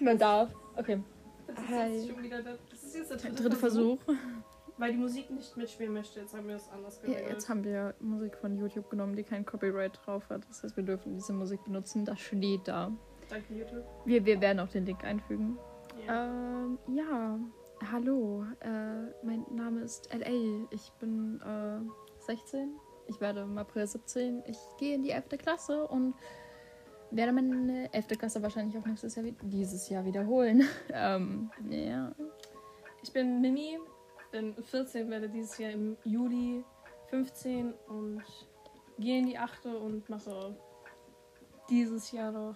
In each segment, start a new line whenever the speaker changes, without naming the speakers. man darf. Okay.
Das ist,
Hi.
jetzt schon wieder, der- das ist jetzt der dritte,
Dritter
Versuch,
Versuch.
Weil die Musik nicht mitspielen möchte. Jetzt haben wir das anders
Ja,
geregelt.
jetzt haben wir Musik von YouTube genommen, die kein Copyright drauf hat. Das heißt, wir dürfen diese Musik benutzen. Das steht da.
Danke, YouTube.
Wir, wir werden auch den Link einfügen.
Ja.
Ähm, ja, hallo. Äh, mein Name ist LA. Ich bin äh, 16. Ich werde im April 17. Ich gehe in die 11. Klasse und werde meine 11. Klasse wahrscheinlich auch nächstes Jahr, wie- dieses Jahr wiederholen. ähm, ja.
Ich bin Mimi, bin 14, werde dieses Jahr im Juli 15 und gehe in die 8. und mache dieses Jahr noch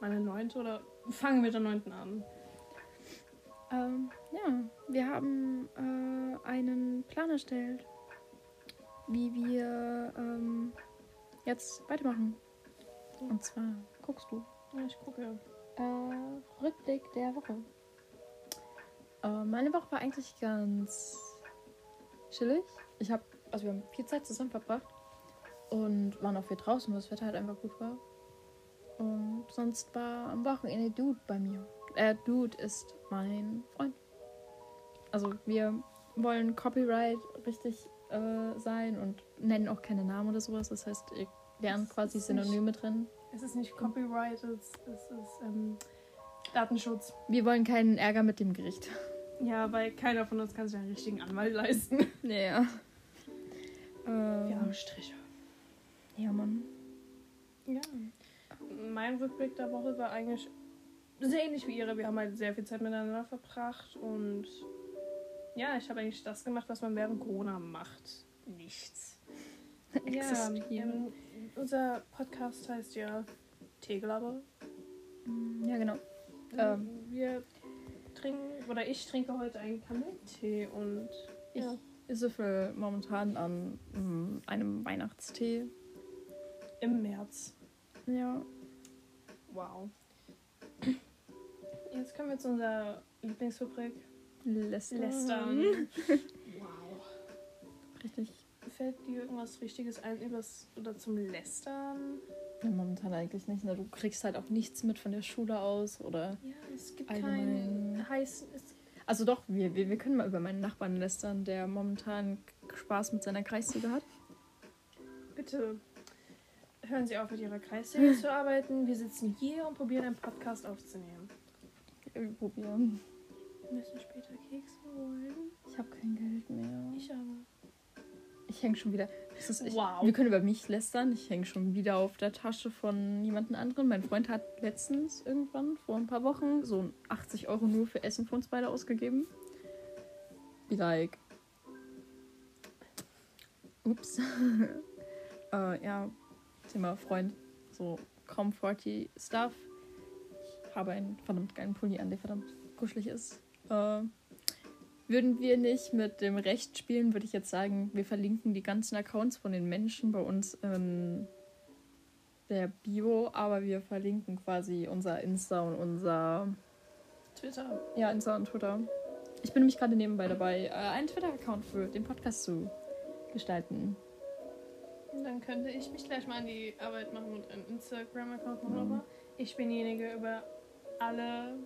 meine 9. oder fange mit der 9. an.
Ähm, ja, wir haben äh, einen Plan erstellt, wie wir ähm, jetzt weitermachen. Und zwar guckst du.
Ja, ich gucke.
Äh, Rückblick der Woche. Äh, meine Woche war eigentlich ganz chillig. Ich habe, also wir haben viel Zeit zusammen verbracht und waren auch viel draußen, weil das Wetter halt einfach gut war. Und sonst war am Wochenende Dude bei mir. Äh, Dude ist mein Freund. Also wir wollen Copyright richtig äh, sein und nennen auch keine Namen oder sowas. Das heißt, ihr lernt
Das
quasi
ist nicht-
Synonyme drin.
Es ist nicht Copyright, es, es ist ähm, Datenschutz.
Wir wollen keinen Ärger mit dem Gericht.
Ja, weil keiner von uns kann sich einen richtigen Anwalt leisten.
Ja. Ähm, ja.
Striche.
Mann.
Ja. Mein Rückblick der Woche war eigentlich sehr ähnlich wie ihre. Wir haben halt sehr viel Zeit miteinander verbracht und ja, ich habe eigentlich das gemacht, was man während Corona macht. Nichts. Ja,
Existieren.
ähm, unser Podcast heißt ja Teeglaber.
Ja, genau. Ähm.
Wir trinken, oder ich trinke heute einen Kamillentee und
Ich
ja.
süffel momentan an mm, einem Weihnachtstee.
im März.
Ja.
Wow. Jetzt kommen wir zu unserer Lieblingsrubrik.
Lästern. Mhm.
Lästern. wow.
Richtig.
Fällt dir irgendwas Richtiges ein übers, oder zum Lästern?
Ja, momentan eigentlich nicht. Ne? Du kriegst halt auch nichts mit von der Schule aus oder.
Ja, es gibt
Allgemein.
keinen heißen. Es,
Also doch, wir, wir, wir können mal über meinen Nachbarn lästern, der momentan Spaß mit seiner Kreissäge hat.
bitte hören Sie auf, mit Ihrer Kreissäge zu arbeiten. Wir sitzen hier und probieren einen Podcast aufzunehmen.
Wir probieren.
Wir müssen später Kekse holen.
Ich habe kein Geld mehr.
Ich aber.
Ich hänge schon wieder. Das ist, ich,
Wow.
Wir können über mich lästern. Ich hänge schon wieder auf der Tasche von jemandem anderen. Mein Freund hat letztens irgendwann vor ein paar Wochen so 80 Euro nur für Essen für uns beide ausgegeben. Be like. Ups. äh, ja, Thema Freund. So kaum 40 Stuff. Ich habe einen verdammt geilen Pulli an, der verdammt kuschelig ist. Äh, Würden wir nicht mit dem Recht spielen, würde ich jetzt sagen, wir verlinken die ganzen Accounts von den Menschen bei uns in der Bio, aber wir verlinken quasi unser Insta und unser
Twitter.
ja, Insta und Twitter. Ich bin nämlich gerade nebenbei dabei, äh, einen Twitter-Account für den Podcast zu gestalten.
Dann könnte ich mich gleich mal an die Arbeit machen und einen Instagram-Account machen. Aber ich bin diejenige, über alle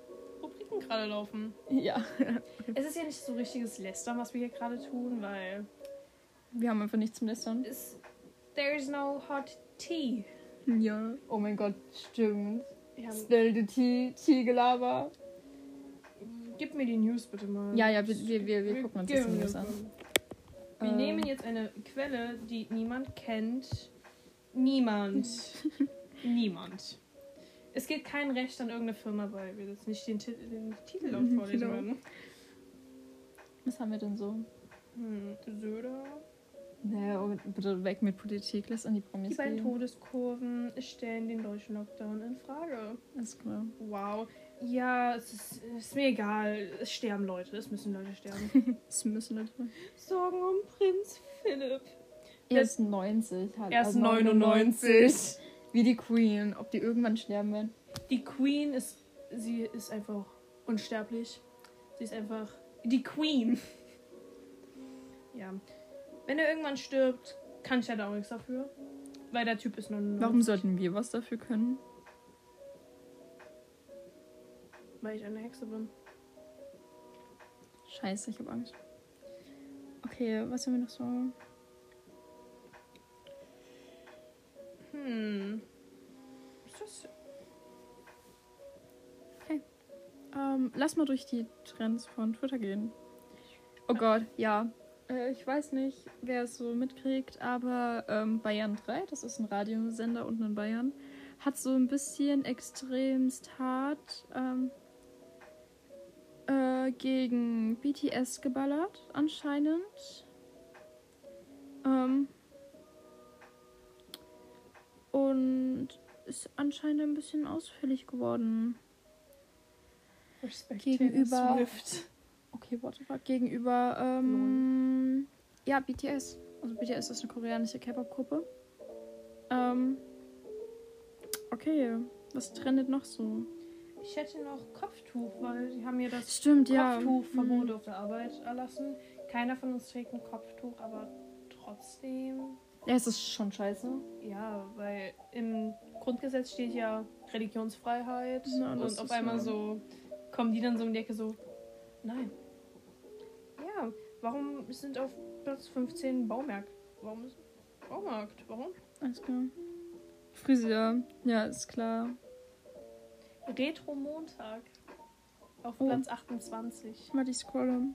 Rubriken gerade laufen.
Ja,
Es ist ja nicht so richtiges Lästern, was wir hier gerade tun, weil
wir haben einfach nichts zum Lästern.
es there is no hot tea.
Ja. Oh mein Gott, stimmt.
Wir haben,
Schnell die Tee- Tee-Gelaber.
gib mir die News bitte mal.
Ja, ja, wir, wir, wir, wir gucken uns das
geben
News
dir-
an.
Wir
Ähm.
nehmen jetzt eine Quelle, die niemand kennt. Niemand. niemand. Es geht kein Recht an irgendeine Firma, weil wir jetzt nicht den, Titel den Titel laut
Mhm,
vorlesen
genau.
würden.
Was haben wir denn so?
Hm, Söder.
Naja, oh, bitte weg mit Politik, lass an die Promis
Die beiden
gehen.
Todeskurven stellen den deutschen Lockdown in Frage.
Alles klar.
Wow. Ja, es ist, es ist mir egal. Es sterben Leute. Es müssen Leute sterben.
Es müssen nicht mal-
Sorgen um Prinz Philipp.
Er ist 90. Halt.
Er ist
also
99.
Wie die Queen. Ob die irgendwann sterben werden.
Die Queen ist. Sie ist einfach unsterblich. Sie ist einfach. Die Queen. Ja. Wenn er irgendwann stirbt, kann ich leider auch nichts dafür. Weil der Typ ist 99.
Warum sollten wir was dafür können?
weil ich eine Hexe bin.
Scheiße, ich habe Angst. Okay, was haben wir noch so?
Hm. Ist das.
Ähm, lass mal durch die Trends von Twitter gehen. Oh Gott, ja. Äh, ich weiß nicht, wer es so mitkriegt, aber ähm, Bayern 3, das ist ein Radiosender unten in Bayern, hat so ein bisschen extremst hart ähm, äh, gegen BTS geballert, anscheinend. Ähm, und ist anscheinend ein bisschen ausfällig geworden.
Respekt
Gegenüber-
Swift.
Okay, what the fuck? Gegenüber, ähm, ja, BTS. Also BTS ist eine koreanische K-Pop-Gruppe. Ähm, okay, was trendet noch so?
Ich hätte noch Kopftuch, weil die haben mir das
Stimmt, ja.
Kopftuchverbot
Mhm.
auf der Arbeit erlassen. Keiner von uns trägt ein Kopftuch, aber trotzdem.
Ja, es ist schon scheiße.
Ja, weil im Grundgesetz steht ja Religionsfreiheit
Na, das
und auf
ist
einmal
ja-
so kommen die dann so um die Ecke so, nein. Ja, warum sind auf Platz 15 Baumarkt? Warum ist Baumarkt? Warum?
Alles klar. Friseur, ja, ist klar.
Retro Montag auf
Oh.
Platz 28.
Mal die Scrolle.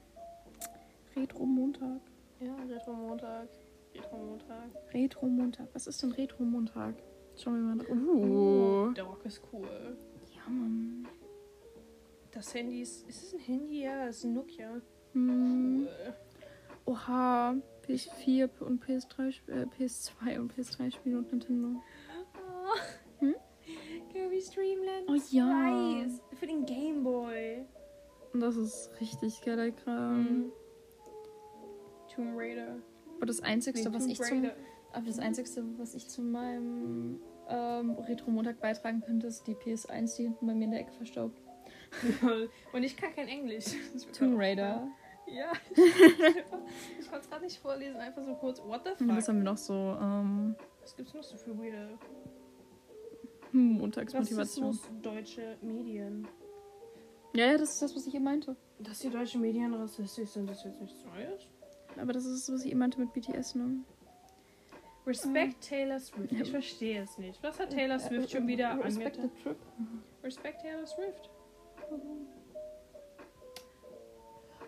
Retro-Montag.
Ja, Retro Montag. Retro Montag.
Retro-Montag. Was ist denn Retro-Montag? Schauen wir mal. nach-
Oh,
Uh.
Der Rock ist cool.
Ja, Mann.
Das Handy ist. Ist es ein Handy? Ja, es ist ein Nokia.
Hm.
Cool.
Oha, PS4 und PS3, sp- äh, PS2 und PS3 Spiele und Nintendo.
Oh.
Hm?
Kirby Streamland.
Oh ja.
Nice. Für den Gameboy.
Und das ist richtig geiler Kram.
Mhm. Tomb Raider.
Aber das Einzige,
Nee,
was
Tomb
ich zum,
Raider.
aber das Einzige, was ich zu meinem ähm, Retro-Montag beitragen könnte, ist die PS1, die hinten bei mir in der Ecke verstaubt.
Und ich kann kein Englisch.
Tomb Raider.
Ja. ich konnte es gerade nicht vorlesen, einfach so kurz. What the
Und was
fuck?
haben wir noch so? Ähm,
Was gibt's noch so für weirde
Montagsmotivation.
Rassismus deutsche Medien?
Ja, ja, das ist das, was ich eben meinte.
Dass die deutschen Medien rassistisch sind, ist jetzt nichts Neues.
Aber das ist das, was ich eben meinte mit BTS, ne?
Respect Taylor Swift.
Hm. Ja.
Ich verstehe es nicht. Was hat Taylor Swift schon wieder
Respect the
angetan?
Trip.
Respect Taylor Swift.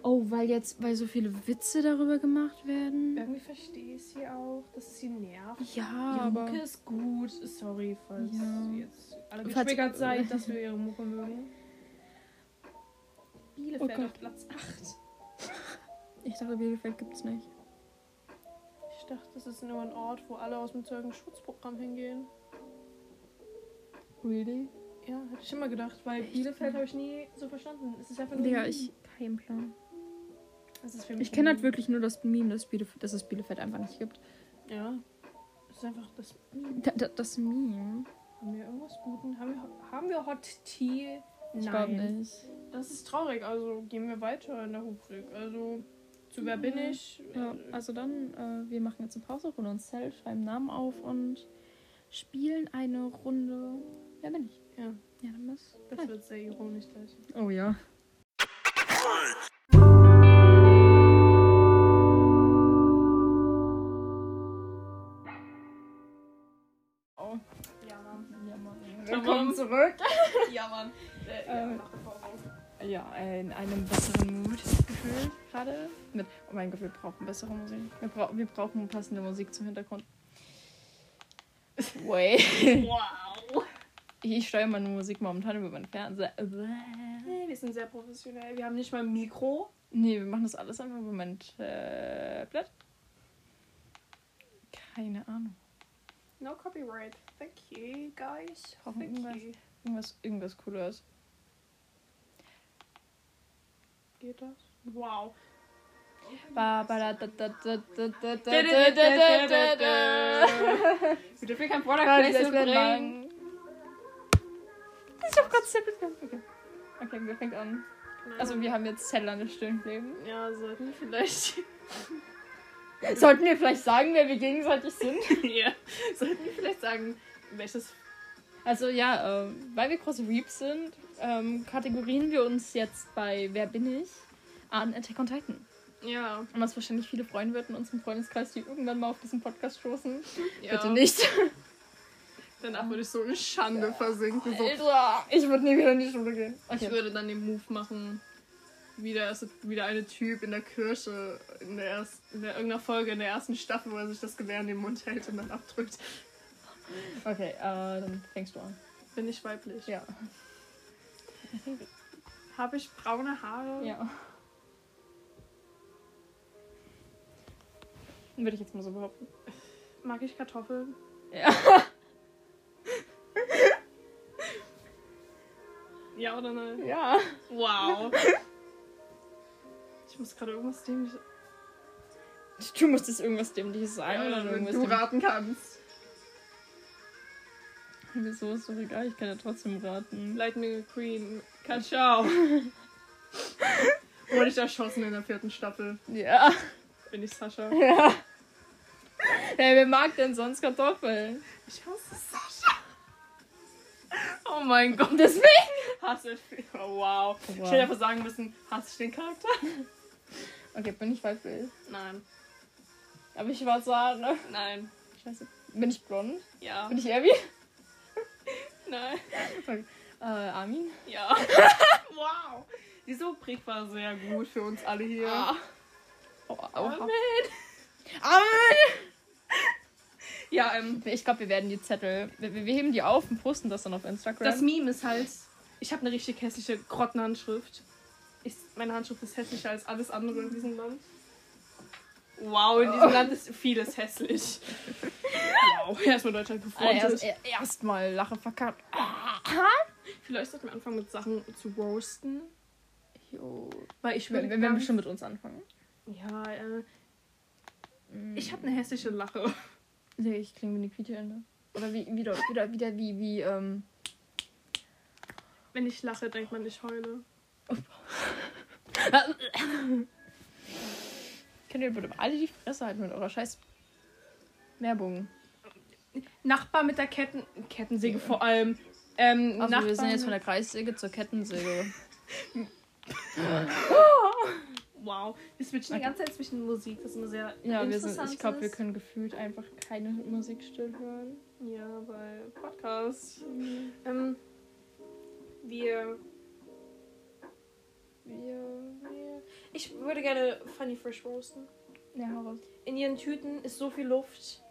Oh, weil jetzt, weil so viele Witze darüber gemacht werden.
Irgendwie verstehe ich sie auch, dass es sie nervt.
Ja,
Ihre
aber.
Mucke ist gut. Sorry, falls
Ja.
jetzt
Falls-
alle getriggert seid, dass wir ihre Mucke mögen. Bielefeld
Gott.
auf Platz 8.
Ich dachte, Bielefeld gibt's nicht.
Ich dachte, das ist nur ein Ort, wo alle aus dem Zeugenschutzprogramm hingehen.
Really?
Ja, hätte ich immer gedacht, weil
Echt?
Bielefeld habe ich nie so verstanden. Es ist einfach nur.
Digga,
ein-
ich. Kein Plan.
Es ist für mich
Ich kenne
ein-
halt wirklich nur das Meme, dass, Bielefeld, dass es Bielefeld einfach nicht gibt.
Ja. Es ist einfach das.
Da, da, das Meme?
Haben wir irgendwas Guten? Haben wir, haben wir Hot Tea?
Ich glaube nicht.
Das ist traurig. Also gehen wir weiter in der Rubrik. Also zu wer bin ich?
Ja,
Äh,
also dann, äh, wir machen jetzt eine Pause, holen uns Zelt, schreiben Namen auf und spielen eine Runde. Wer bin ich?
ja,
Ja, dann ist.
das wird sehr ironisch gleich.
Oh ja. Oh.
Ja, Mann.
Ja, Mann.
Willkommen
zurück.
Ja, Mann. Äh,
Ähm.
nach der Pause.
Äh, Ja, in einem besseren Mut Gefühl gerade. Mit, oh mein Gott, wir brauchen bessere Musik. Wir, brau wir brauchen passende Musik zum Hintergrund. Way.
Wow.
Ich steuere meine Musik momentan über meinen Fernseher.
Hey, wir sind sehr professionell. Wir haben nicht mal ein Mikro.
Nee, wir machen das alles einfach über mein Tablet. Keine Ahnung.
No copyright. Thank you, guys.
Brauchen
Thank
irgendwas?
you.
Irgendwas, irgendwas Cooles.
Geht das? Wow.
Ba, ba, da, da, da, da, da, da, da, da, da, da, da.
Wir dürfen kein Product Placement bringen.
Ich hab grad Zettel Okay. Okay, wir fängt an. Also wir haben jetzt Zettel an der Stirn kleben.
Ja, sollten wir vielleicht.
Sollten wir vielleicht sagen, wer wir gegenseitig sind?
ja. Sollten wir vielleicht sagen, welches
Also ja, ähm, weil wir große Reaps sind, ähm, kategorieren wir uns jetzt bei Wer bin ich? an Attack on Titan.
Ja,
Und was wahrscheinlich viele freuen wird in unserem Freundeskreis, die irgendwann mal auf diesen Podcast stoßen.
ja.
Bitte nicht.
Danach würde ich so in Schande versinken.
Äh,
So.
Alter, Also, ich würde nie wieder in die Schule gehen.
Ich würde dann den Move machen. Wieder ist wieder eine Typ in der Kirche in der ersten, in der, irgendeiner Folge in der ersten Staffel, wo er sich das Gewehr in den Mund hält und dann abdrückt.
Okay, äh, dann fängst du an.
Bin ich weiblich?
Ja.
Habe ich braune Haare?
Ja. Würde ich jetzt mal so behaupten.
Mag ich Kartoffeln?
Ja.
Ja oder nein?
Ja.
Wow. ich muss gerade irgendwas dem
Du musstest irgendwas dämliches sagen oder irgendwas
du
dämliches.
raten kannst.
Wieso ist doch egal, ich kann ja trotzdem raten.
Lightning Queen. Katschau. Wurde ich erschossen in der vierten Staffel.
Ja.
Bin ich Sascha.
Ja. Hey, wer mag denn sonst Kartoffeln?
Ich hasse Sascha. Oh mein Gott.
Deswegen.
Hasse ich. Oh, wow.
Wow.
Ich hätte einfach sagen müssen, hasse ich den Charakter?
Okay, bin ich weiblich?
Nein.
Aber ich war zart, ne?
Nein.
Scheiße. Bin ich blond?
Ja.
Bin ich Abby?
Nein.
Äh, Armin?
Ja. wow. Diese Rubrik war sehr gut für uns alle hier.
Ah. Oh,
Amen.
Armin! Armin!
Ja, ähm,
Ich glaube, wir werden die Zettel. Wir, wir heben die auf und posten das dann auf Instagram.
das Meme ist halt, ich habe eine richtig hässliche Grottenhandschrift. Ich, meine Handschrift ist hässlicher als alles andere in diesem Land. Wow, in diesem Land ist vieles hässlich. Oh. Wow, also, erstmal Deutschland
Ah,
gefreundet.
erst- er- Erstmal lache verkackt.
Vielleicht sollten wir anfangen mit Sachen zu roasten.
Jo.
Weil ich
Wir
würde.
werden bestimmt mit uns anfangen.
ja, äh, ich habe eine hässliche Lache.
Nee, ich klinge wie eine Quietscheente. Oder wie, wieder, wieder, wieder wie, wie, ähm.
Wenn ich lache, denkt man, ich heule.
Könnt ihr bitte alle die Fresse halten mit eurer scheiß Werbung?
Nachbar mit der Ketten Kettensäge vor allem. Ähm,
Also, wir sind
Nachbarn-
jetzt von der Kreissäge zur Kettensäge.
Wow, wir switchen die ganze Zeit zwischen Musik, das ist immer sehr
Ja, wir sind,
interessant.
ich glaube, wir
ist.
können gefühlt einfach keine Musik still hören.
Ja, weil Podcast. Ähm, wir, wir, wir. Ich würde gerne Funny Fresh roasten.
Ja, heraus.
In ihren Tüten ist so viel Luft.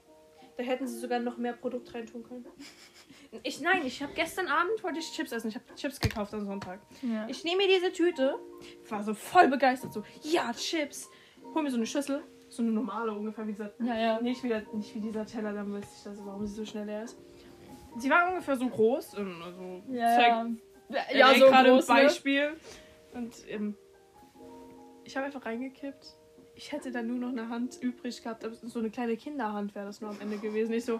Da hätten sie sogar noch mehr Produkt reintun können. Ich, nein, ich habe gestern Abend wollte ich Chips essen. Ich habe Chips gekauft am Sonntag.
Ja.
Ich nehme mir diese Tüte. Ich war so voll begeistert. So, ja, Chips. Hol mir so eine Schüssel. So eine normale ungefähr, wie gesagt.
Ja, ja.
Nicht wie, der, nicht wie dieser Teller, dann wüsste ich das, warum sie so schnell leer ist. Sie war ungefähr so groß. ähm, Also
Ja,
zeigt
ja. Ja,
ja,
so
gerade
groß,
ein
ne?
Beispiel. Und ähm, ich habe einfach reingekippt. Ich hätte dann nur noch eine Hand übrig gehabt. aber So eine kleine Kinderhand wäre das nur am Ende gewesen. Ich so,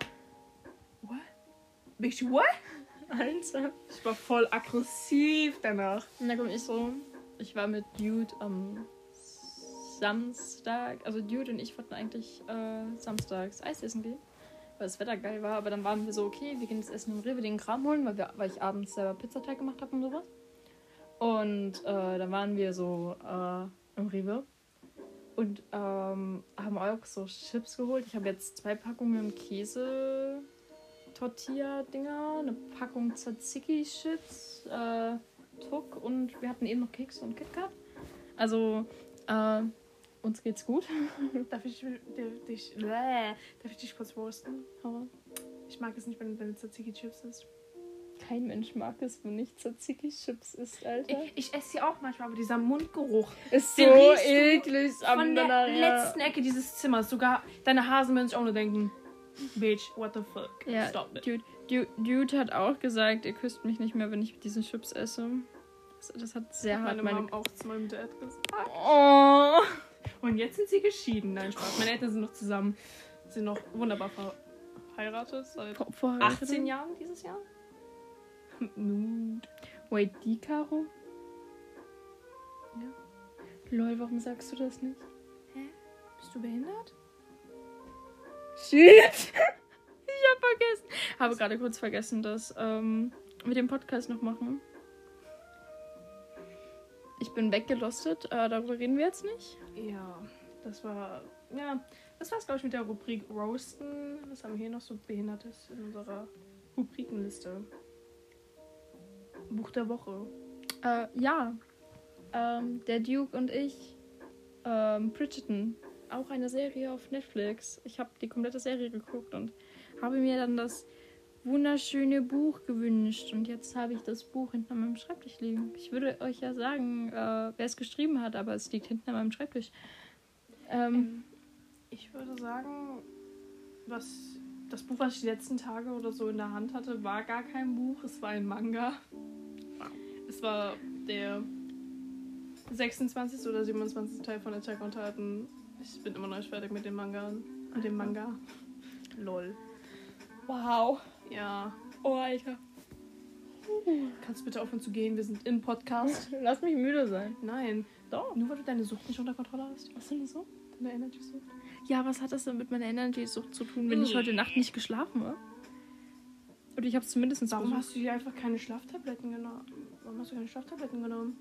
what? Bitch, what?
Alter.
Ich war voll aggressiv danach.
Und dann komm ich so. Ich war mit Dude am Samstag. Also Dude und ich wollten eigentlich äh, samstags Eis essen gehen, weil das Wetter geil war. Aber dann waren wir so, okay, wir gehen jetzt essen im Rewe den Kram holen, weil, wir, weil ich abends selber Pizzateig gemacht habe und sowas. Und äh, dann waren wir so äh, im Rewe und ähm, haben auch so Chips geholt. Ich habe jetzt zwei Packungen Käse. Tortilla-Dinger, eine Packung Tzatziki-Chips, äh, Tuck und wir hatten eben noch Kekse und KitKat. Also, äh, uns geht's gut.
Darf ich dir- dich, bläh, darf ich dich kurz roasten?
Aber
Ich mag es nicht, wenn deine Tzatziki Chips ist.
kein Mensch mag es, wenn nicht Tzatziki-Chips ist, Alter.
Ich, ich esse sie auch manchmal, aber dieser Mundgeruch
ist
den riechst du
am
von der
Donner- ja.
letzten Ecke dieses Zimmers. Sogar deine Hasen würden sich auch nur denken, Bitch, what the fuck?
Ja,
Stop it.
Dude, Dude, Dude hat auch gesagt, ihr küsst mich nicht mehr, wenn ich diese Chips esse. Das, das hat sehr hart
Meine,
meine...
Mom auch zu meinem Dad gesagt.
Oh.
Und jetzt sind sie geschieden. Nein, Spaß. Meine Eltern sind noch zusammen. Sind noch wunderbar verheiratet seit
Vor- vor-
18 Jahren dieses Jahr. Nun,
Wait, die Karo?
Ja.
Lol, warum sagst du das nicht?
Bist du behindert?
Shit! Ich hab vergessen. Habe gerade kurz vergessen, dass ähm, wir den Podcast noch machen. Ich bin weggelostet, äh, darüber reden wir jetzt nicht.
Ja, das war. Ja, das war's, glaube ich, mit der Rubrik Roasten. Was haben wir hier noch so Behindertes in unserer Rubrikenliste? Buch der Woche.
Äh, ja. Ähm, der Duke und ich. Ähm, Bridgerton. Auch eine Serie auf Netflix. Ich habe die komplette Serie geguckt und habe mir dann das wunderschöne Buch gewünscht. Und jetzt habe ich das Buch hinten an meinem Schreibtisch liegen. Ich würde euch ja sagen, äh, wer es geschrieben hat, aber es liegt hinten an meinem Schreibtisch. Ähm,
Mhm. Ich würde sagen, was das Buch, was ich die letzten Tage oder so in der Hand hatte, war gar kein Buch, es war ein Manga. Es war der 26. oder 27. Teil von Attack on Titan. Ich bin immer noch nicht fertig mit dem Manga. Mit dem Manga. Lol.
wow.
Ja.
Oh, Alter.
Kannst du bitte aufhören zu gehen? Wir sind im Podcast.
Lass mich müde sein.
Nein.
Doch.
Nur weil du deine Sucht nicht unter Kontrolle hast.
Was denn so?
Deine Energy-Sucht.
Ja, was hat das denn mit meiner Energy-Sucht zu tun, wenn ich heute Nacht nicht geschlafen habe? Oder ich habe es zumindest
Warum
versucht.
hast du dir einfach keine Schlaftabletten genommen? Warum hast du keine Schlaftabletten genommen?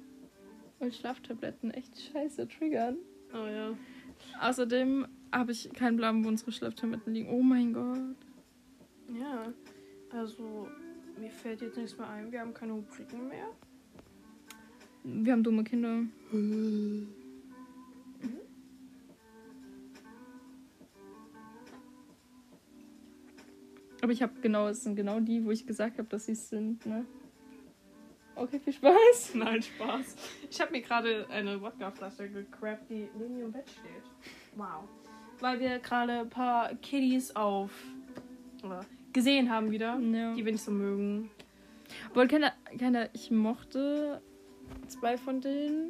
Weil Schlaftabletten echt scheiße triggern.
Oh ja.
Außerdem habe ich keinen blauen wo unsere Schlaftabletten liegen. Oh mein Gott.
Ja, also mir fällt jetzt nichts mehr ein. Wir haben keine Rubriken mehr.
Wir haben dumme Kinder. Aber ich habe genau, es sind genau die, wo ich gesagt habe, dass sie es sind, ne? Okay, viel Spaß.
Nein, Spaß. Ich habe mir gerade eine Wodkaflasche gecrappt, die neben mir im Bett steht. Wow. Weil wir gerade ein paar Kiddies auf oder, gesehen haben wieder,
Ja.
die wir nicht so mögen.
Obwohl, keine, keine, ich mochte zwei von denen.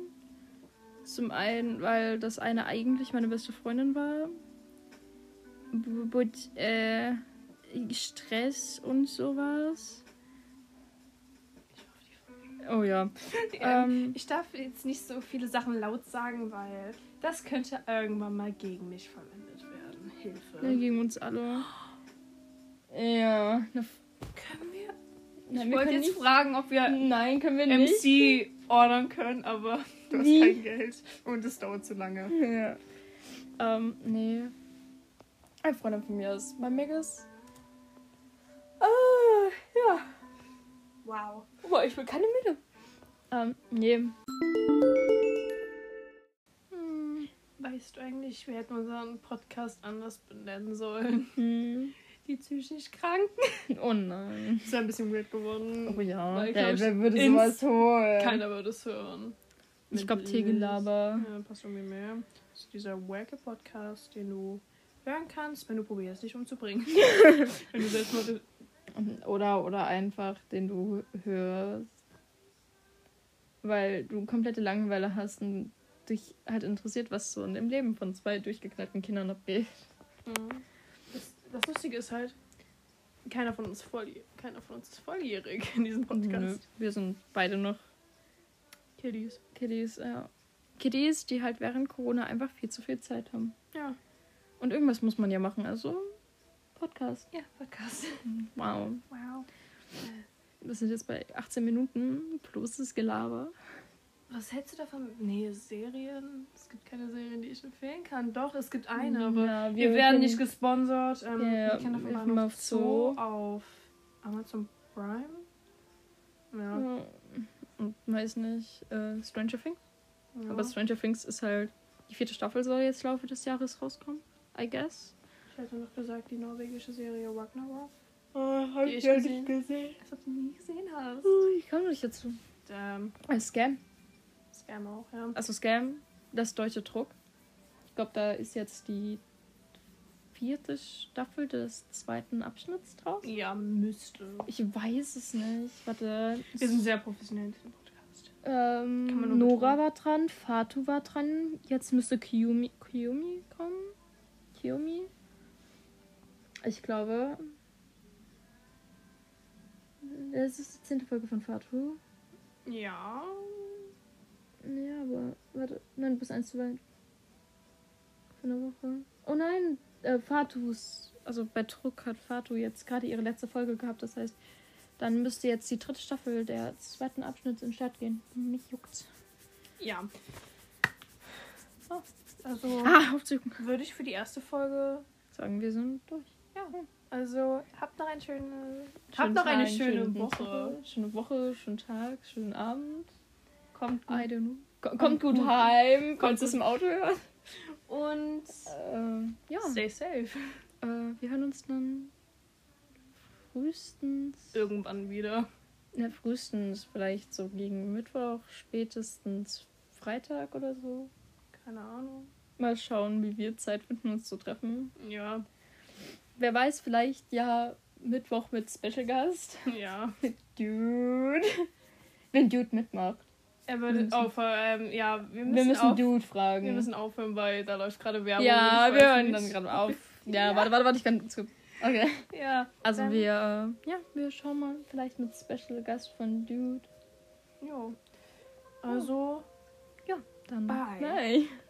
Zum einen, weil das eine eigentlich meine beste Freundin war. But, äh, Stress und sowas. Oh ja. Ähm,
ich darf jetzt nicht so viele Sachen laut sagen, weil das könnte irgendwann mal gegen mich verwendet werden. Hilfe.
ja, gegen uns alle. Ja. Na, f-
Können wir?
nein,
ich
wir
wollte
können
jetzt
nicht.
fragen, ob wir
Nein, können wir nicht.
MC ordern können, aber du hast
Wie?
kein Geld und es dauert zu lange.
Ja. Ähm, nee. Eine Freundin von mir ist bei Megas. Ah, ja.
Wow.
Boah, ich will keine Mitte. Ähm, nee. Hm.
Weißt du eigentlich, wir hätten unseren Podcast anders benennen sollen?
Hm.
Die psychisch Kranken?
Oh nein.
Ist ja ein bisschen weird geworden.
Oh ja.
Weil ich
Wer,
glaub,
wer würde
ins-
sowas holen?
Keiner würde es hören.
Ich glaube,
Mental
Tegelaber.
Illness. Ja, passt irgendwie mehr. Das ist dieser wacke Podcast, den du hören kannst, wenn du probierst, dich umzubringen. wenn du selbst mal.
Oder, oder einfach, den du hörst. Weil du komplette Langeweile hast und dich halt interessiert, was so in dem Leben von zwei durchgeknallten Kindern abgeht.
Mhm. Das, das Lustige ist halt, keiner von uns, volljährig, keiner von uns ist volljährig in diesem
Nö,
Podcast.
wir sind beide noch
Kiddies.
Kiddies. Ja. Kiddies, die halt während Corona einfach viel zu viel Zeit haben.
Ja.
Und irgendwas muss man ja machen, also Podcast.
Ja, Podcast.
Wow.
Wow.
Wir sind jetzt bei 18 Minuten plus das Gelaber.
Was hältst du davon? Nee, Serien. Es gibt keine Serien, die ich empfehlen kann. Doch, es gibt eine, aber
Ja,
Mhm. wir, werden nicht gesponsert. Ähm,
Ja,
ich kann davon
wir
machen
machen
auf
auf Zoo.
Zoo, auf Amazon Prime. Ja.
Ja. Weiß nicht. Äh, Stranger Things.
ja.
Aber Stranger Things ist halt. Die vierte Staffel soll jetzt Laufe des Jahres rauskommen. I guess.
ich hätte noch gesagt, die norwegische Serie Ragnarok.
hab
Ah, ich ja nicht
gesehen.
Als ob du nie gesehen hast.
Uh, ich komme nicht dazu.
Ähm,
Äh, Scam.
Scam auch, ja.
Also Scam, das deutsche Druck. Ich glaube, da ist jetzt die vierte Staffel des zweiten Abschnitts draus.
Ja, müsste.
Ich weiß es nicht. Warte.
Wir sind sehr professionell in diesem Podcast. Kann man
Ähm,
nur
Nora
betrauen.
war dran, Fatu war dran. Jetzt müsste Kiyomi, Kiyomi kommen. Kiyomi? Ich glaube. Das ist die zehnte Folge von Fatu.
Ja.
Ja, aber warte. Nein, du bist eins zu weit. Von der Woche. Oh nein, äh, Fatus also bei Druck hat Fatu jetzt gerade ihre letzte Folge gehabt. Das heißt, dann müsste jetzt die dritte Staffel der zweiten Abschnitts in Start gehen. Mich juckt's.
Ja. Also
Ah, aufzügen.
würde ich für die erste Folge.
Sagen wir sind durch.
Also habt noch eine schöne.
Schönen
habt noch eine
Tag,
schöne
schönen
Woche.
Schöne Woche, schönen Tag, schönen Abend.
Kommt
I don't know.
Ko- Kommt gut heim. Konntest du es im Auto hören?
und
Ähm, ja,
stay safe.
äh, wir hören uns dann frühestens.
Irgendwann wieder.
Na, frühestens vielleicht so gegen Mittwoch, spätestens Freitag oder so.
Keine Ahnung.
Mal schauen, wie wir Zeit finden, uns zu treffen.
Ja.
Wer weiß, vielleicht ja Mittwoch mit Special Guest.
Ja.
Dude. Wenn Dude mitmacht.
Er würde.
müssen-
Oh, voll, ähm, ja, wir müssen.
wir müssen
auf,
Dude fragen.
wir müssen aufhönen, weil da läuft gerade Werbung.
ja,
und ich
wir
weiß
hören dann
nicht.
gerade auf. Ja, warte, warte, warte, ich kann. Okay.
Ja.
Also
dann-
wir, äh, ja, wir schauen mal vielleicht mit Special Guest von Dude.
Jo. Also.
Dann.
Bye.
Bye.